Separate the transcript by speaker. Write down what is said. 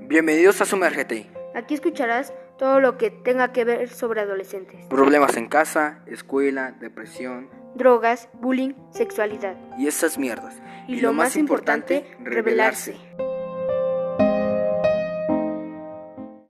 Speaker 1: Bienvenidos a Sumérgete.
Speaker 2: Aquí escucharás todo lo que tenga que ver sobre adolescentes,
Speaker 1: Problemas en casa, escuela, depresión
Speaker 2: drogas, bullying, sexualidad.
Speaker 1: y esas mierdas.
Speaker 2: Y, lo, más importante, revelarse.